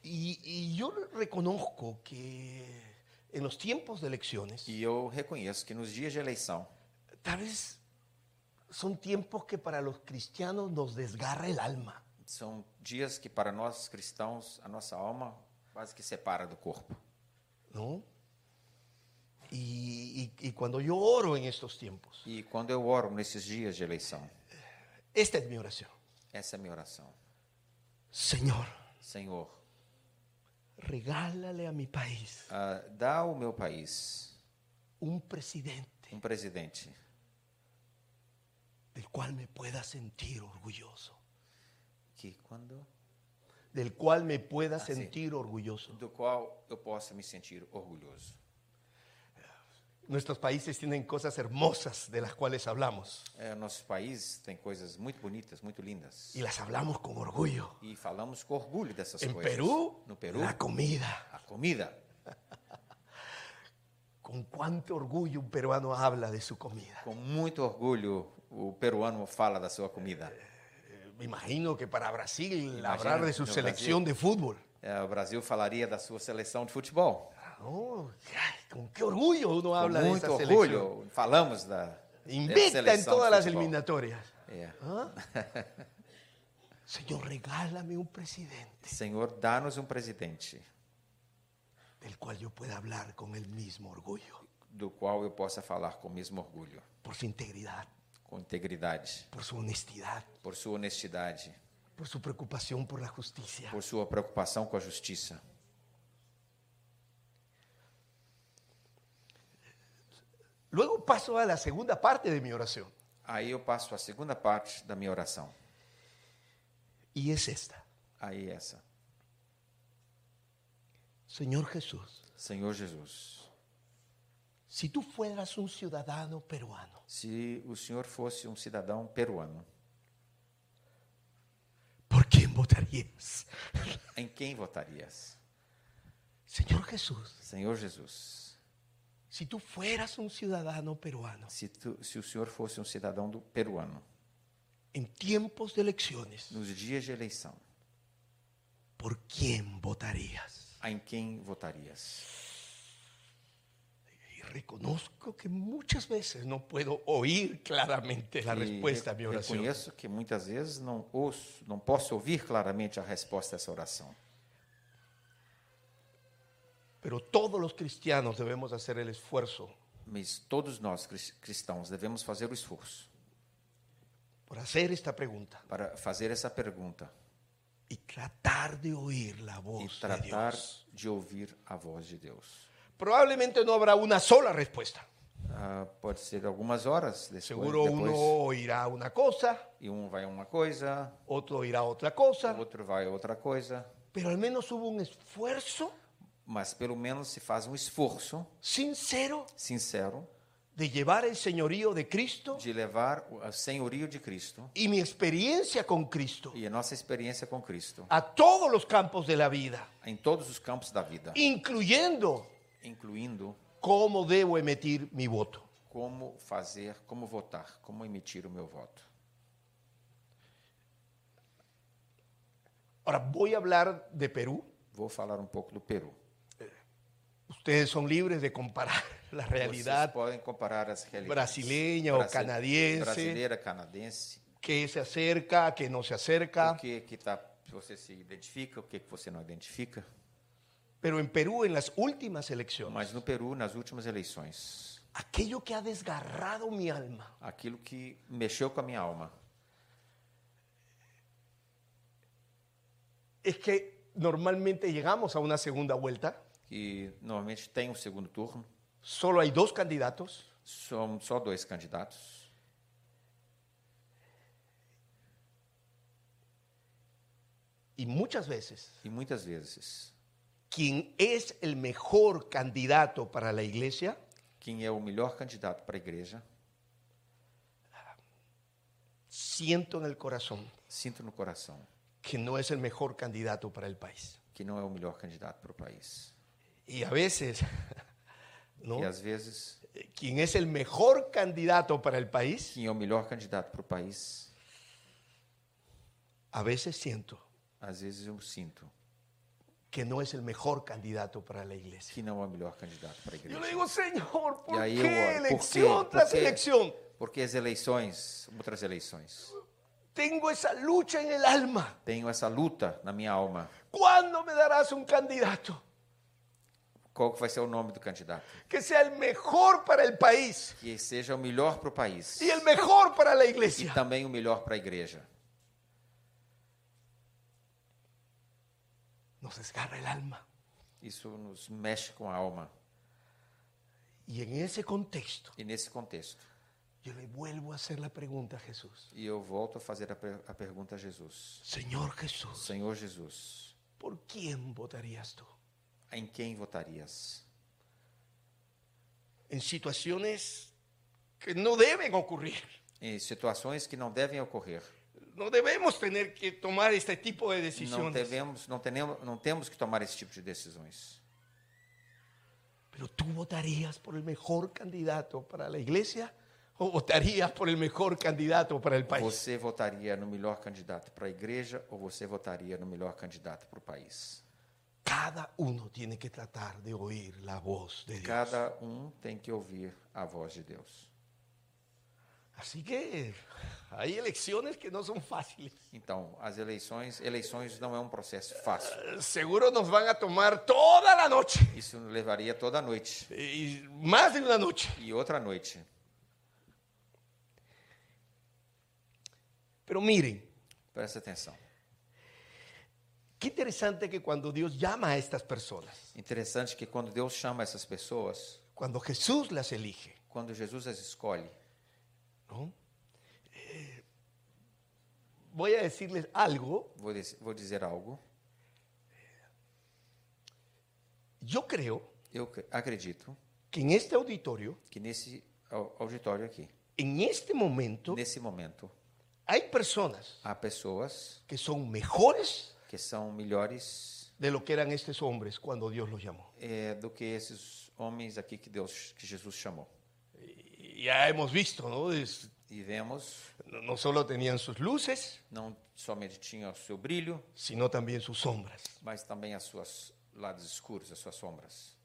[SPEAKER 3] Y, y yo reconozco que en los tiempos de elecciones,
[SPEAKER 2] E eu reconheço que nos dias de eleição,
[SPEAKER 3] tal vez son tiempos que para los cristianos nos desgarra el alma.
[SPEAKER 2] são dias que para nós cristãos, a nossa alma quase que separa do corpo.
[SPEAKER 3] ¿no? Y, y- y cuando yo oro en estos tiempos,
[SPEAKER 2] E quando eu oro nesses dias de eleição,
[SPEAKER 3] esta es mi oración.
[SPEAKER 2] essa é a minha oração.
[SPEAKER 3] Señor,
[SPEAKER 2] Senhor,
[SPEAKER 3] regálale a mi país
[SPEAKER 2] ah, dá ao meu país
[SPEAKER 3] un presidente
[SPEAKER 2] um presidente
[SPEAKER 3] del cual me pueda sentir orgulloso,
[SPEAKER 2] que quando
[SPEAKER 3] del cual me pueda
[SPEAKER 2] sí.
[SPEAKER 3] sentir orgulloso.
[SPEAKER 2] do qual eu possa me sentir orgulhoso.
[SPEAKER 3] Nuestros países tienen cosas hermosas de las cuales hablamos
[SPEAKER 2] É, nosso país tem coisas muito bonitas, muito lindas.
[SPEAKER 3] y las hablamos con orgullo.
[SPEAKER 2] E falamos com orgulho dessas
[SPEAKER 3] En
[SPEAKER 2] coisas.
[SPEAKER 3] Perú,
[SPEAKER 2] no Peru,
[SPEAKER 3] la comida.
[SPEAKER 2] a comida.
[SPEAKER 3] Con cuánto orgullo un peruano habla de su comida.
[SPEAKER 2] Com muito orgulho, o peruano fala da sua comida.
[SPEAKER 3] Eh, Me imagino que para Brasil
[SPEAKER 2] Imagínate,
[SPEAKER 3] hablar de su
[SPEAKER 2] no,
[SPEAKER 3] selección de fútbol.
[SPEAKER 2] É, o Brasil falaria da sua seleção de futebol.
[SPEAKER 3] No, ay, con qué orgullo uno
[SPEAKER 2] Com
[SPEAKER 3] habla de
[SPEAKER 2] muito
[SPEAKER 3] esa selección.
[SPEAKER 2] orgulho, falamos da dessa
[SPEAKER 3] Invicta en
[SPEAKER 2] seleção de
[SPEAKER 3] todas las
[SPEAKER 2] futebol.
[SPEAKER 3] eliminatorias.
[SPEAKER 2] É.
[SPEAKER 3] ¿Ah? Señor, regálame un presidente
[SPEAKER 2] Senhor, dá-nos um presidente
[SPEAKER 3] del cual yo pueda hablar con el mismo orgullo,
[SPEAKER 2] do qual eu possa falar com o mesmo orgulho,
[SPEAKER 3] por su integridad,
[SPEAKER 2] com integridade,
[SPEAKER 3] por su honestidad,
[SPEAKER 2] por sua honestidade,
[SPEAKER 3] por su preocupação por la justicia.
[SPEAKER 2] por sua preocupação com a justiça.
[SPEAKER 3] Luego paso a la segunda parte de mi oración
[SPEAKER 2] Aí eu passo à segunda parte da minha oração.
[SPEAKER 3] y es esta.
[SPEAKER 2] Aí essa.
[SPEAKER 3] Señor Jesús,
[SPEAKER 2] Senhor Jesus,
[SPEAKER 3] si tú fueras un ciudadano peruano,
[SPEAKER 2] Se o senhor fosse um cidadão peruano,
[SPEAKER 3] ¿por quién votarías?
[SPEAKER 2] em quem votarias?
[SPEAKER 3] Señor Jesús,
[SPEAKER 2] Senhor Jesus,
[SPEAKER 3] si tú fueras un ciudadano peruano,
[SPEAKER 2] se, tu, se o senhor fosse um cidadão do peruano,
[SPEAKER 3] en tiempos de elecciones,
[SPEAKER 2] nos dias de eleição,
[SPEAKER 3] ¿por quién votarías?
[SPEAKER 2] em quem votarias?
[SPEAKER 3] Y reconozco que muchas veces no puedo oír claramente la respuesta a
[SPEAKER 2] E
[SPEAKER 3] mi
[SPEAKER 2] eu
[SPEAKER 3] oración,
[SPEAKER 2] reconheço que muitas vezes não ouço, não posso ouvir claramente a resposta a essa oração.
[SPEAKER 3] pero todos los cristianos debemos hacer el esfuerzo
[SPEAKER 2] Mas todos nós cris- cristãos devemos fazer o esforço
[SPEAKER 3] por hacer esta pregunta
[SPEAKER 2] para fazer essa pergunta
[SPEAKER 3] y tratar de oír la
[SPEAKER 2] e
[SPEAKER 3] voz de
[SPEAKER 2] tratar
[SPEAKER 3] Dios.
[SPEAKER 2] de ouvir a voz de Deus.
[SPEAKER 3] Probablemente no habrá una sola respuesta.
[SPEAKER 2] Ah, pode ser algumas horas depois,
[SPEAKER 3] Seguro uno
[SPEAKER 2] depois
[SPEAKER 3] oirá una cosa,
[SPEAKER 2] e um vai uma coisa,
[SPEAKER 3] otro oirá otra
[SPEAKER 2] o
[SPEAKER 3] cosa,
[SPEAKER 2] outro vai outra coisa,
[SPEAKER 3] pero al menos hubo un esfuerzo
[SPEAKER 2] mas pelo menos se faz um esforço
[SPEAKER 3] sincero
[SPEAKER 2] sincero
[SPEAKER 3] de llevar el señorío de Cristo
[SPEAKER 2] de levar o o senhorio de Cristo
[SPEAKER 3] y mi experiencia con Cristo
[SPEAKER 2] e a nossa experiência com Cristo
[SPEAKER 3] a todos los campos de la vida,
[SPEAKER 2] em todos os campos da vida,
[SPEAKER 3] incluyendo
[SPEAKER 2] incluindo
[SPEAKER 3] cómo debo emitir mi voto.
[SPEAKER 2] como fazer, como votar, como emitir o meu voto.
[SPEAKER 3] Ahora voy a hablar de Perú.
[SPEAKER 2] Vou falar um pouco do Peru.
[SPEAKER 3] Ustedes son libres de comparar la
[SPEAKER 2] Vocês
[SPEAKER 3] realidad
[SPEAKER 2] podem comparar as realidades
[SPEAKER 3] brasileira ou canadense.
[SPEAKER 2] brasileira, canadense,
[SPEAKER 3] que se acerca, que no se
[SPEAKER 2] o
[SPEAKER 3] acerca.
[SPEAKER 2] que que tá, você se identifica, o que que você não identifica.
[SPEAKER 3] Pero en Perú, en las últimas elecciones,
[SPEAKER 2] Mas no Peru, nas últimas eleições,
[SPEAKER 3] aquello que ha desgarrado mi alma
[SPEAKER 2] aquilo que mexeu com a minha alma
[SPEAKER 3] es que normalmente llegamos a una segunda vuelta,
[SPEAKER 2] que normalmente tem um segundo turno,
[SPEAKER 3] solo hay dos candidatos
[SPEAKER 2] são só dois candidatos,
[SPEAKER 3] y muchas veces
[SPEAKER 2] e muitas vezes
[SPEAKER 3] quien es el mejor candidato para la iglesia
[SPEAKER 2] quem é o melhor candidato para a igreja,
[SPEAKER 3] siento en el corazón
[SPEAKER 2] sinto no coração
[SPEAKER 3] que no es el mejor candidato para el país.
[SPEAKER 2] que não é o melhor candidato para o país.
[SPEAKER 3] Y a veces, ¿no?
[SPEAKER 2] E às vezes,
[SPEAKER 3] Quien es el mejor candidato para el país,
[SPEAKER 2] quem é o melhor candidato para o país,
[SPEAKER 3] a veces siento
[SPEAKER 2] às vezes eu sinto
[SPEAKER 3] que no es el mejor candidato para la iglesia.
[SPEAKER 2] que não é o melhor candidato para a
[SPEAKER 3] Yo
[SPEAKER 2] igreja.
[SPEAKER 3] le digo, Señor,
[SPEAKER 2] E
[SPEAKER 3] ¿por
[SPEAKER 2] aí eu
[SPEAKER 3] qué
[SPEAKER 2] oro, por quê?
[SPEAKER 3] elección tras
[SPEAKER 2] Porque-
[SPEAKER 3] elección?
[SPEAKER 2] Porque as eleições, outras eleições,
[SPEAKER 3] Tengo esa lucha en el alma.
[SPEAKER 2] tenho essa luta na minha alma.
[SPEAKER 3] ¿Cuándo me darás un candidato
[SPEAKER 2] Qual que vai ser o nome do candidato?
[SPEAKER 3] que sea el mejor para el país
[SPEAKER 2] Que seja o melhor para o país
[SPEAKER 3] y el mejor para la
[SPEAKER 2] e
[SPEAKER 3] iglesia?
[SPEAKER 2] também o melhor para a igreja.
[SPEAKER 3] Nos desgarra el alma.
[SPEAKER 2] Isso nos mexe com a alma.
[SPEAKER 3] Y en ese contexto,
[SPEAKER 2] E nesse contexto,
[SPEAKER 3] yo le vuelvo a hacer la pregunta a Jesús.
[SPEAKER 2] e eu volto a fazer a, per- a pergunta a Jesus.
[SPEAKER 3] Señor Jesús,
[SPEAKER 2] Senhor Jesus,
[SPEAKER 3] ¿por quién votarías tú?
[SPEAKER 2] em quem votarias?
[SPEAKER 3] En situaciones que no deben ocurrir.
[SPEAKER 2] Em situações que não devem ocorrer.
[SPEAKER 3] No debemos tener que tomar este tipo de
[SPEAKER 2] Não
[SPEAKER 3] decisiones.
[SPEAKER 2] devemos, não tenemos, não temos que tomar esse tipo de decisões.
[SPEAKER 3] Pero tú votarías por el mejor candidato para la iglesia o votarías por el mejor candidato para el país.
[SPEAKER 2] Você votaria no melhor candidato para a igreja ou você votaria no melhor candidato para o país?
[SPEAKER 3] Cada uno tiene que tratar de oír la voz de Dios.
[SPEAKER 2] Cada um tem que ouvir a voz de Deus.
[SPEAKER 3] Así que hay elecciones que no son fáciles.
[SPEAKER 2] Então, as eleições, eleições não é um processo fácil.
[SPEAKER 3] Seguro nos van a tomar toda la noche
[SPEAKER 2] Isso levaria toda a noite
[SPEAKER 3] y más de una noche.
[SPEAKER 2] e outra noite.
[SPEAKER 3] Pero miren,
[SPEAKER 2] Presta atenção.
[SPEAKER 3] qué interesante que cuando Dios llama a estas personas,
[SPEAKER 2] Interessante que quando Deus chama essas pessoas,
[SPEAKER 3] cuando Jesús las elige,
[SPEAKER 2] quando Jesus as escolhe,
[SPEAKER 3] ¿no? Eh, voy a decirles algo
[SPEAKER 2] vou, diz- vou dizer algo.
[SPEAKER 3] Yo creo
[SPEAKER 2] Eu cre- acredito
[SPEAKER 3] que en este auditorio,
[SPEAKER 2] que nesse au- auditório aqui,
[SPEAKER 3] en este momento,
[SPEAKER 2] nesse momento,
[SPEAKER 3] hay personas
[SPEAKER 2] há pessoas
[SPEAKER 3] que son mejores
[SPEAKER 2] que são melhores
[SPEAKER 3] de lo que eran estos hombres cuando Dios los llamó.
[SPEAKER 2] eh, do que esses homens aqui que Deus, que Jesus chamou.
[SPEAKER 3] Y Ya hemos visto, ¿no? Es-
[SPEAKER 2] E vemos,
[SPEAKER 3] no- no solo tenían sus luces,
[SPEAKER 2] não somente tinha o seu brilho,
[SPEAKER 3] sino también sus sombras.
[SPEAKER 2] mas também as suas lados escuros, as suas sombras.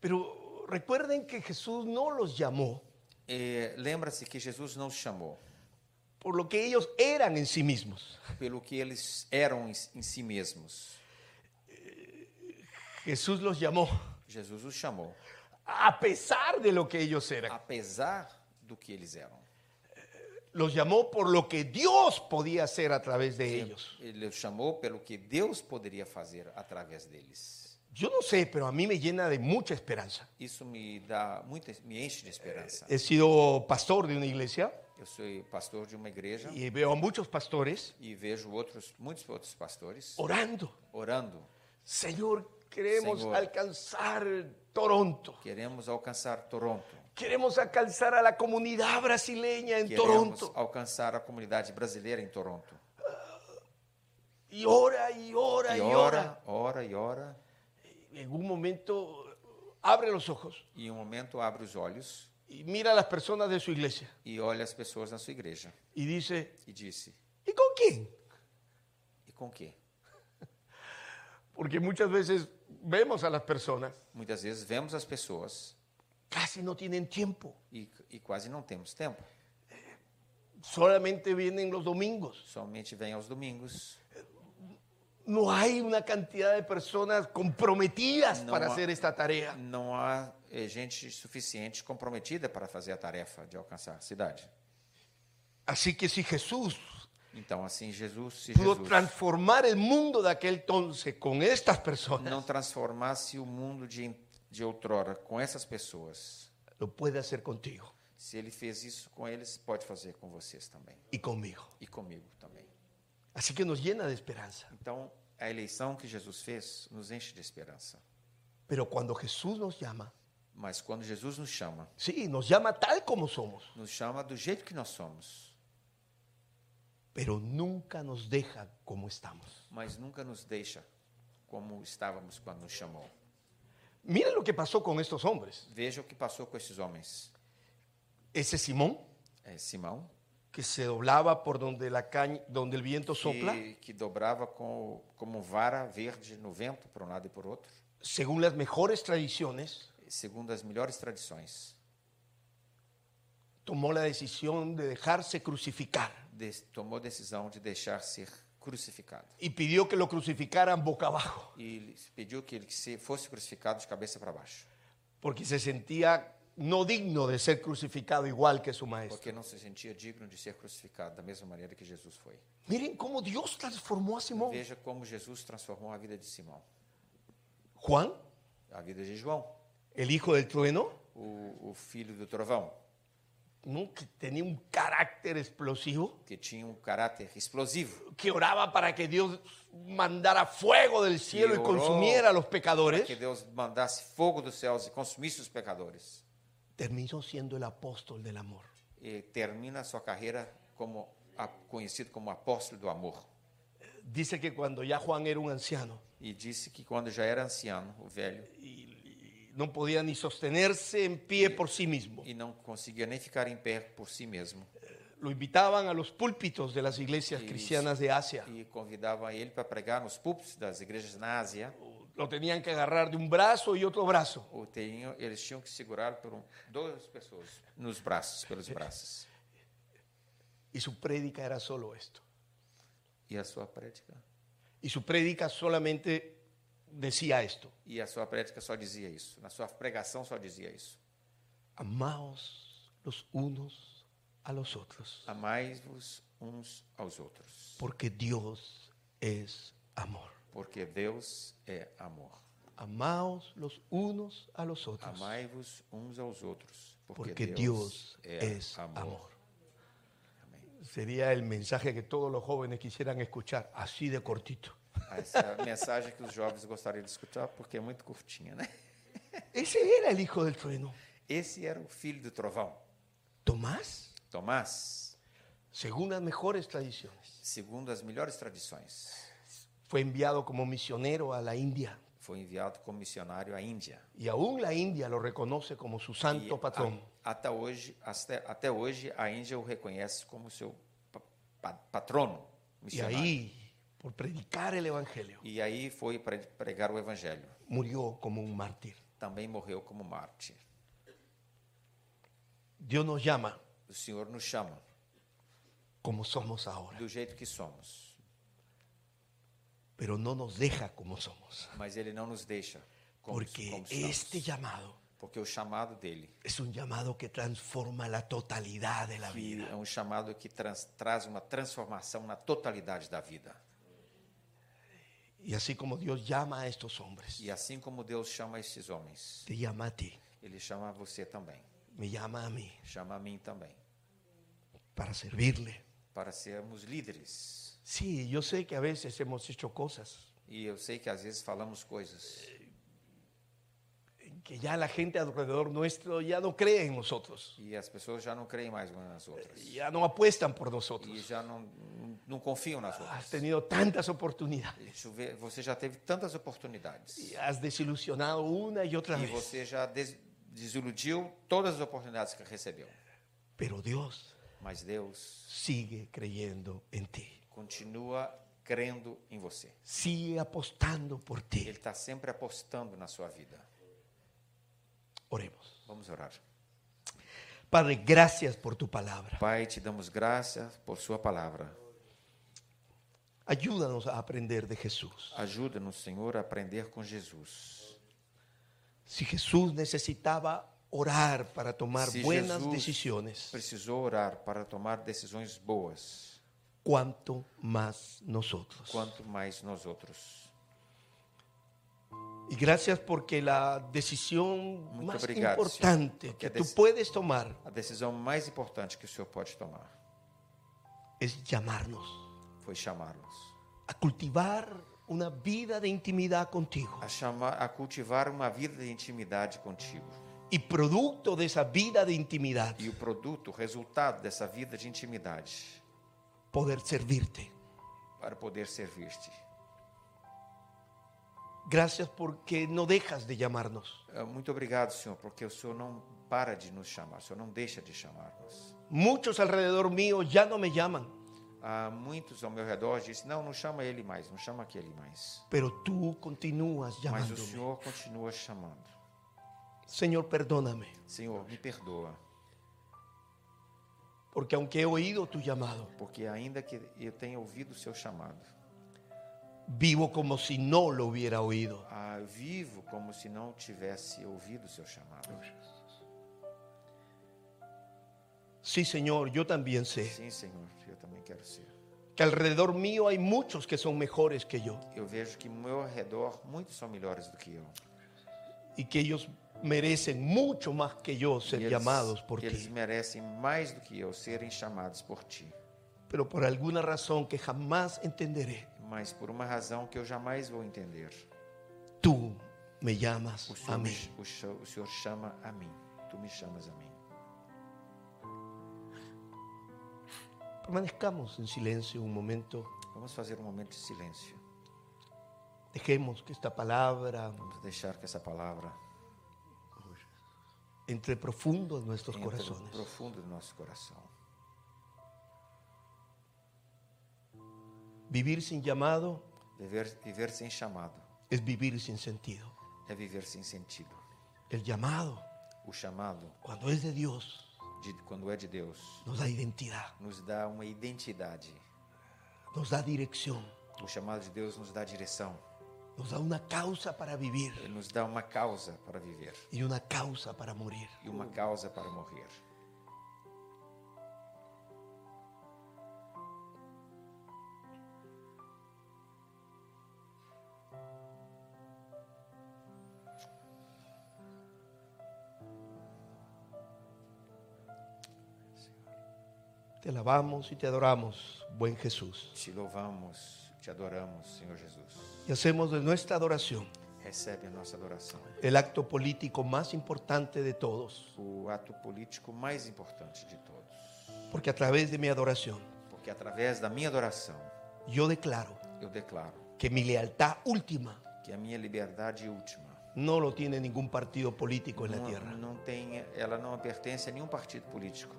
[SPEAKER 3] Pero recuerden que Jesús no los llamó
[SPEAKER 2] Eh, Lembra-se que Jesus não os chamou
[SPEAKER 3] por lo que ellos eran en sí mismos.
[SPEAKER 2] pelo que eles eram em, em si mesmos.
[SPEAKER 3] Jesús los llamó
[SPEAKER 2] Jesus os chamou,
[SPEAKER 3] a pesar de lo que ellos eran.
[SPEAKER 2] apesar do que eles eram.
[SPEAKER 3] Los llamó por lo que Dios podía hacer a través de ellos.
[SPEAKER 2] Ele os chamou pelo que Deus poderia fazer através deles.
[SPEAKER 3] Yo no sé, pero a mí me llena de mucha esperanza.
[SPEAKER 2] Isso me dá muita, me enche de esperança.
[SPEAKER 3] He sido pastor de una iglesia
[SPEAKER 2] Eu sou pastor de uma igreja
[SPEAKER 3] y veo a muchos pastores
[SPEAKER 2] e vejo outros, muitos outros pastores
[SPEAKER 3] orando.
[SPEAKER 2] orando.
[SPEAKER 3] Señor, queremos
[SPEAKER 2] Señor.
[SPEAKER 3] alcanzar Toronto.
[SPEAKER 2] Queremos alcançar Toronto.
[SPEAKER 3] Queremos alcanzar a la comunidad brasileña en
[SPEAKER 2] Queremos
[SPEAKER 3] Toronto.
[SPEAKER 2] alcançar a comunidade brasileira em Toronto.
[SPEAKER 3] Y ora y ora
[SPEAKER 2] E
[SPEAKER 3] y
[SPEAKER 2] ora,
[SPEAKER 3] ora.
[SPEAKER 2] ora e ora.
[SPEAKER 3] En un momento abre los ojos
[SPEAKER 2] E em um momento abre os olhos
[SPEAKER 3] y mira a las personas de su iglesia
[SPEAKER 2] e olha as pessoas na sua igreja
[SPEAKER 3] y dice,
[SPEAKER 2] e disse:
[SPEAKER 3] ¿y con quién?
[SPEAKER 2] E com que?
[SPEAKER 3] Porque muchas veces vemos a las personas,
[SPEAKER 2] Muitas vezes vemos as pessoas
[SPEAKER 3] casi no tienen tiempo.
[SPEAKER 2] e, e quase não temos tempo.
[SPEAKER 3] solamente vienen los domingos.
[SPEAKER 2] Somente vem aos domingos.
[SPEAKER 3] No hay una cantidad de personas comprometidas
[SPEAKER 2] No
[SPEAKER 3] para
[SPEAKER 2] ha-
[SPEAKER 3] hacer esta tarea.
[SPEAKER 2] Não há eh, gente suficiente comprometida para fazer a tarefa de alcançar a cidade.
[SPEAKER 3] Así que si Jesús
[SPEAKER 2] Então, assim, Jesus, se
[SPEAKER 3] pudo
[SPEAKER 2] Jesus
[SPEAKER 3] transformar el mundo de aquel entonces con estas
[SPEAKER 2] não
[SPEAKER 3] personas,
[SPEAKER 2] transformasse o mundo de, de outrora com essas pessoas,
[SPEAKER 3] lo puede hacer contigo
[SPEAKER 2] se ele fez isso com eles, pode fazer com vocês também.
[SPEAKER 3] y conmigo.
[SPEAKER 2] E comigo também.
[SPEAKER 3] Así que nos llena de esperanza.
[SPEAKER 2] Então, a eleição que Jesus fez nos enche de esperança.
[SPEAKER 3] Pero cuando Jesús nos llama,
[SPEAKER 2] Mas quando Jesus nos chama,
[SPEAKER 3] sí, nos llama tal como somos,
[SPEAKER 2] nos chama do jeito que nós somos,
[SPEAKER 3] pero nunca nos deja como estamos.
[SPEAKER 2] mas nunca nos deixa como estávamos quando nos chamou.
[SPEAKER 3] Mira lo que pasó con estos hombres.
[SPEAKER 2] Veja o que passou com esses homens.
[SPEAKER 3] Ese Simón,
[SPEAKER 2] É, Simão,
[SPEAKER 3] que se doblaba por donde, la caña, donde el viento sopla,
[SPEAKER 2] que, que dobrava com, como vara verde no vento, para um lado e por outro,
[SPEAKER 3] según las mejores tradiciones,
[SPEAKER 2] segundo as melhores tradições.
[SPEAKER 3] tomó la decisión de dejarse crucificar
[SPEAKER 2] Des- tomou a decisão de deixar ser crucificado.
[SPEAKER 3] y pidió que lo crucificaran boca abajo,
[SPEAKER 2] E lhes pediu que ele se- fosse crucificado de cabeça para baixo,
[SPEAKER 3] porque se sentía no digno de ser crucificado igual que su maestro.
[SPEAKER 2] porque não se sentia digno de ser crucificado da mesma maneira que Jesus foi.
[SPEAKER 3] Miren cómo Dios transformó a Simón.
[SPEAKER 2] Veja como Jesus transformou a vida de Simão,
[SPEAKER 3] Juan,
[SPEAKER 2] a vida de João,
[SPEAKER 3] el hijo del trueno,
[SPEAKER 2] o, o filho do trovão,
[SPEAKER 3] ¿no? que tenía un carácter explosivo,
[SPEAKER 2] que tinha um caráter explosivo.
[SPEAKER 3] que oraba para que Dios mandara fuego del cielo y
[SPEAKER 2] oró
[SPEAKER 3] consumiera a los
[SPEAKER 2] Para que
[SPEAKER 3] pecadores,
[SPEAKER 2] Deus mandasse fogo dos céus e consumisse os pecadores.
[SPEAKER 3] terminó siendo el apóstol del amor.
[SPEAKER 2] e termina sua carreira como a- conhecido como apóstolo do amor.
[SPEAKER 3] Dice que cuando ya Juan era un anciano
[SPEAKER 2] E disse que quando já era anciano, o velho,
[SPEAKER 3] y no podía ni sostenerse en pie por sí mismo,
[SPEAKER 2] e não conseguia nem ficar em pé por si mesmo,
[SPEAKER 3] lo invitaban a los púlpitos de las iglesias
[SPEAKER 2] Y-
[SPEAKER 3] cristianas de Asia.
[SPEAKER 2] e convidava ele para pregar nos púlpitos das igrejas na Ásia,
[SPEAKER 3] Lo tenían que agarrar de un brazo y otro brazo.
[SPEAKER 2] ou tinham, eles tinham que segurar por um, duas pessoas nos braços, pelos braços.
[SPEAKER 3] Y su prédica era solo esto.
[SPEAKER 2] E a sua prédica?
[SPEAKER 3] Y su prédica solamente decía esto.
[SPEAKER 2] E a sua prédica só dizia isso, na sua pregação só dizia isso.
[SPEAKER 3] Amaos los unos a los otros,
[SPEAKER 2] Amai-vos uns aos outros,
[SPEAKER 3] porque Dios es amor.
[SPEAKER 2] porque Deus é amor.
[SPEAKER 3] Amaos los unos a los otros,
[SPEAKER 2] Amai-vos uns aos outros, porque, é
[SPEAKER 3] porque Dios es amor. Sería el mensaje que todos los jóvenes quisieran escuchar, así de cortito.
[SPEAKER 2] Essa é a mensagem que os jovens gostariam de escutar, porque é muito curtinha, né?
[SPEAKER 3] Ese era el hijo del trueno.
[SPEAKER 2] Esse era o filho do trovão,
[SPEAKER 3] Tomás,
[SPEAKER 2] Tomás,
[SPEAKER 3] según las mejores tradiciones,
[SPEAKER 2] segundo as melhores tradições,
[SPEAKER 3] fue enviado como misionero a la India.
[SPEAKER 2] foi enviado como missionário à Índia.
[SPEAKER 3] Y aún la India lo reconoce como su
[SPEAKER 2] E
[SPEAKER 3] santo patrón.
[SPEAKER 2] a- até hoje, até, até hoje a Índia o reconhece como seu pa- pa- patrono
[SPEAKER 3] Y
[SPEAKER 2] missionário.
[SPEAKER 3] ahí, por predicar el Evangelio,
[SPEAKER 2] E aí foi pre- pregar o evangelho.
[SPEAKER 3] murió como un mártir.
[SPEAKER 2] Também morreu como mártir.
[SPEAKER 3] Dios nos llama
[SPEAKER 2] O Senhor nos chama
[SPEAKER 3] como somos ahora,
[SPEAKER 2] do jeito que somos.
[SPEAKER 3] pero no nos deja como somos.
[SPEAKER 2] mas ele não nos deixa como,
[SPEAKER 3] Porque
[SPEAKER 2] como estamos.
[SPEAKER 3] este llamado
[SPEAKER 2] porque o chamado dele
[SPEAKER 3] es un llamado que transforma la totalidad de la
[SPEAKER 2] que
[SPEAKER 3] vida.
[SPEAKER 2] é um chamado que trans- traz uma transformação na totalidade da vida
[SPEAKER 3] Y así como Dios llama a estos hombres,
[SPEAKER 2] e assim como Deus chama esses homens
[SPEAKER 3] te llama a ti,
[SPEAKER 2] ele chama você também
[SPEAKER 3] me llama a mí
[SPEAKER 2] chama a mim também
[SPEAKER 3] para servirle.
[SPEAKER 2] para sermos líderes
[SPEAKER 3] Sí, yo sé que a veces hemos hecho cosas
[SPEAKER 2] e eu sei que às vezes falamos coisas
[SPEAKER 3] que ya la gente alrededor nuestro ya no cree en nosotros,
[SPEAKER 2] e as pessoas já não creem mais umas nas outras e
[SPEAKER 3] ya no apuestan por nosotros.
[SPEAKER 2] já não, não- não confiam nas
[SPEAKER 3] Has
[SPEAKER 2] outras
[SPEAKER 3] tenido tantas oportunidades
[SPEAKER 2] Isso vê- você já teve tantas oportunidades
[SPEAKER 3] y has desilusionado una y otra
[SPEAKER 2] e
[SPEAKER 3] vez,
[SPEAKER 2] você já des- desiludiu todas as oportunidades que recebeu
[SPEAKER 3] pero Dios
[SPEAKER 2] Mas Deus
[SPEAKER 3] sigue creyendo en ti,
[SPEAKER 2] continua crendo em você.
[SPEAKER 3] sigue apostando por ti.
[SPEAKER 2] Ele está sempre apostando na sua vida.
[SPEAKER 3] Oremos.
[SPEAKER 2] Vamos orar.
[SPEAKER 3] Padre, gracias por tu palabra.
[SPEAKER 2] Pai, te damos graças por Sua palavra.
[SPEAKER 3] Ayúdanos a aprender de Jesús.
[SPEAKER 2] Ajuda-nos, Senhor, a aprender com Jesus.
[SPEAKER 3] Si Jesús necesitaba orar para tomar
[SPEAKER 2] Si
[SPEAKER 3] buenas
[SPEAKER 2] Jesús
[SPEAKER 3] decisiones,
[SPEAKER 2] Precisou orar para tomar decisões boas.
[SPEAKER 3] cuanto más nosotros.
[SPEAKER 2] quanto mais nós outros.
[SPEAKER 3] Y gracias porque la decisión
[SPEAKER 2] Muito
[SPEAKER 3] más
[SPEAKER 2] obrigado,
[SPEAKER 3] importante
[SPEAKER 2] Señor, porque
[SPEAKER 3] que
[SPEAKER 2] a
[SPEAKER 3] tú
[SPEAKER 2] deci-
[SPEAKER 3] puedes tomar
[SPEAKER 2] A decisão mais importante que o Senhor pode tomar
[SPEAKER 3] es llamarnos
[SPEAKER 2] foi chamá-los
[SPEAKER 3] a cultivar una vida de intimidad contigo.
[SPEAKER 2] a chamar, a cultivar uma vida de intimidade contigo.
[SPEAKER 3] Y producto de esa vida de intimidad,
[SPEAKER 2] E o produto, o resultado dessa vida de intimidade,
[SPEAKER 3] poder servirte.
[SPEAKER 2] para poder servir-te.
[SPEAKER 3] Gracias porque no dejas de llamarnos.
[SPEAKER 2] Eh, Muito obrigado, Senhor, porque o Senhor não para de nos chamar, o Senhor não deixa de chamar-nos.
[SPEAKER 3] Muchos alrededor mío ya no me llaman,
[SPEAKER 2] Há muitos ao meu redor dizem: não, não chama ele mais, não chama aquele mais.
[SPEAKER 3] pero tú continúas
[SPEAKER 2] Mas o
[SPEAKER 3] llamándome.
[SPEAKER 2] Senhor continua chamando.
[SPEAKER 3] Señor, perdóname,
[SPEAKER 2] Senhor, me perdoa,
[SPEAKER 3] porque aunque he oído tu llamado,
[SPEAKER 2] porque ainda que eu tenha ouvido o seu chamado,
[SPEAKER 3] vivo como si no lo hubiera oído.
[SPEAKER 2] ah, vivo como se não tivesse ouvido o seu chamado.
[SPEAKER 3] Sí, Señor, yo también sé
[SPEAKER 2] Sim, Senhor, eu também quero ser.
[SPEAKER 3] que alrededor mío hay muchos que son mejores que yo
[SPEAKER 2] Eu vejo que ao meu redor muitos são melhores do que eu.
[SPEAKER 3] y que ellos merecen mucho más que yo
[SPEAKER 2] E
[SPEAKER 3] ser
[SPEAKER 2] eles-
[SPEAKER 3] llamados é por
[SPEAKER 2] e eles
[SPEAKER 3] ti.
[SPEAKER 2] merecem mais do que eu serem chamados por ti.
[SPEAKER 3] Pero por alguna razón que jamás entenderé,
[SPEAKER 2] Mas por uma razão que eu jamais vou entender.
[SPEAKER 3] tú me llamas
[SPEAKER 2] O Senhor,
[SPEAKER 3] a
[SPEAKER 2] me-
[SPEAKER 3] mí.
[SPEAKER 2] o Senhor- o Senhor chama a mim. Tu me chamas a mim.
[SPEAKER 3] Permanezcamos en silencio un momento.
[SPEAKER 2] Vamos fazer um momento de silêncio.
[SPEAKER 3] Dejemos que esta palabra
[SPEAKER 2] Vamos deixar que essa palavra
[SPEAKER 3] entre profundo en nuestros
[SPEAKER 2] entre no
[SPEAKER 3] corazones.
[SPEAKER 2] profundo do nosso coração.
[SPEAKER 3] Vivir sin llamado
[SPEAKER 2] Viver, viver sem chamado
[SPEAKER 3] es vivir sin sentido.
[SPEAKER 2] é viver sem sentido.
[SPEAKER 3] El llamado,
[SPEAKER 2] O chamado,
[SPEAKER 3] cuando es de Dios,
[SPEAKER 2] de, quando é de Deus,
[SPEAKER 3] nos da identidad,
[SPEAKER 2] nos dá uma identidade.
[SPEAKER 3] nos da dirección,
[SPEAKER 2] O chamado de Deus nos dá direção.
[SPEAKER 3] nos da una causa para vivir
[SPEAKER 2] Ele nos dá uma causa para viver
[SPEAKER 3] y una causa para morir.
[SPEAKER 2] e uma causa para morrer.
[SPEAKER 3] Te alabamos y te adoramos, buen Jesús.
[SPEAKER 2] Te louvamos, te adoramos, Senhor Jesus.
[SPEAKER 3] Y hacemos de nuestra adoración
[SPEAKER 2] Recebe a nossa adoração.
[SPEAKER 3] el acto político más importante de todos,
[SPEAKER 2] O ato político mais importante de todos.
[SPEAKER 3] porque a través de mi adoración
[SPEAKER 2] Porque através da minha adoração,
[SPEAKER 3] yo declaro
[SPEAKER 2] eu declaro
[SPEAKER 3] que mi lealtad última
[SPEAKER 2] que a minha liberdade última
[SPEAKER 3] no lo tiene ningún partido político en la
[SPEAKER 2] não,
[SPEAKER 3] tierra.
[SPEAKER 2] não tem, ela não pertence a nenhum partido político.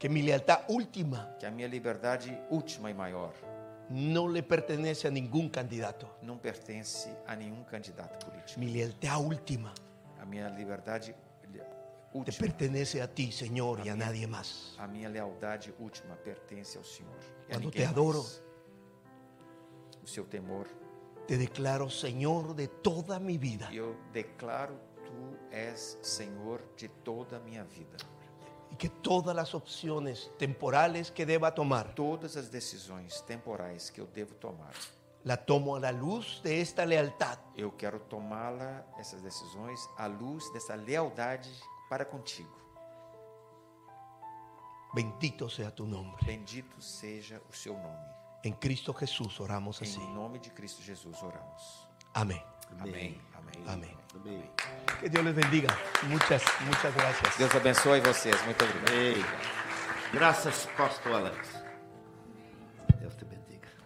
[SPEAKER 3] Que mi lealtad última
[SPEAKER 2] Que a minha liberdade última e maior
[SPEAKER 3] no le pertenece a ningún candidato.
[SPEAKER 2] não pertence a nenhum candidato político.
[SPEAKER 3] Mi lealtad última
[SPEAKER 2] A minha liberdade li-
[SPEAKER 3] te
[SPEAKER 2] última,
[SPEAKER 3] pertenece a ti, Señor, y a nadie más.
[SPEAKER 2] a minha lealdade última pertence ao Senhor. e a
[SPEAKER 3] Quando
[SPEAKER 2] ninguém
[SPEAKER 3] te adoro.
[SPEAKER 2] mais. O seu temor
[SPEAKER 3] Te declaro Señor de toda mi vida.
[SPEAKER 2] E eu declaro tu és Senhor de toda a minha vida.
[SPEAKER 3] y que todas las opciones temporales que deba tomar,
[SPEAKER 2] Todas as decisões temporais que eu devo tomar,
[SPEAKER 3] la tomo a la luz de esta lealtad
[SPEAKER 2] eu quero tomá-la essas decisões à luz dessa lealdade para contigo.
[SPEAKER 3] Bendito sea tu nombre.
[SPEAKER 2] Bendito seja o seu nome.
[SPEAKER 3] En Cristo Jesús oramos así.
[SPEAKER 2] Em nome de Cristo Jesus oramos.
[SPEAKER 3] Amén.
[SPEAKER 2] Amém. Amém.
[SPEAKER 3] Amén.
[SPEAKER 1] Amém.
[SPEAKER 3] Que Dios les bendiga. Muchas, muchas gracias.
[SPEAKER 2] Deus abençoe vocês. Muito obrigado.
[SPEAKER 1] Ei, graças, pastor Alex. Deus te bendiga.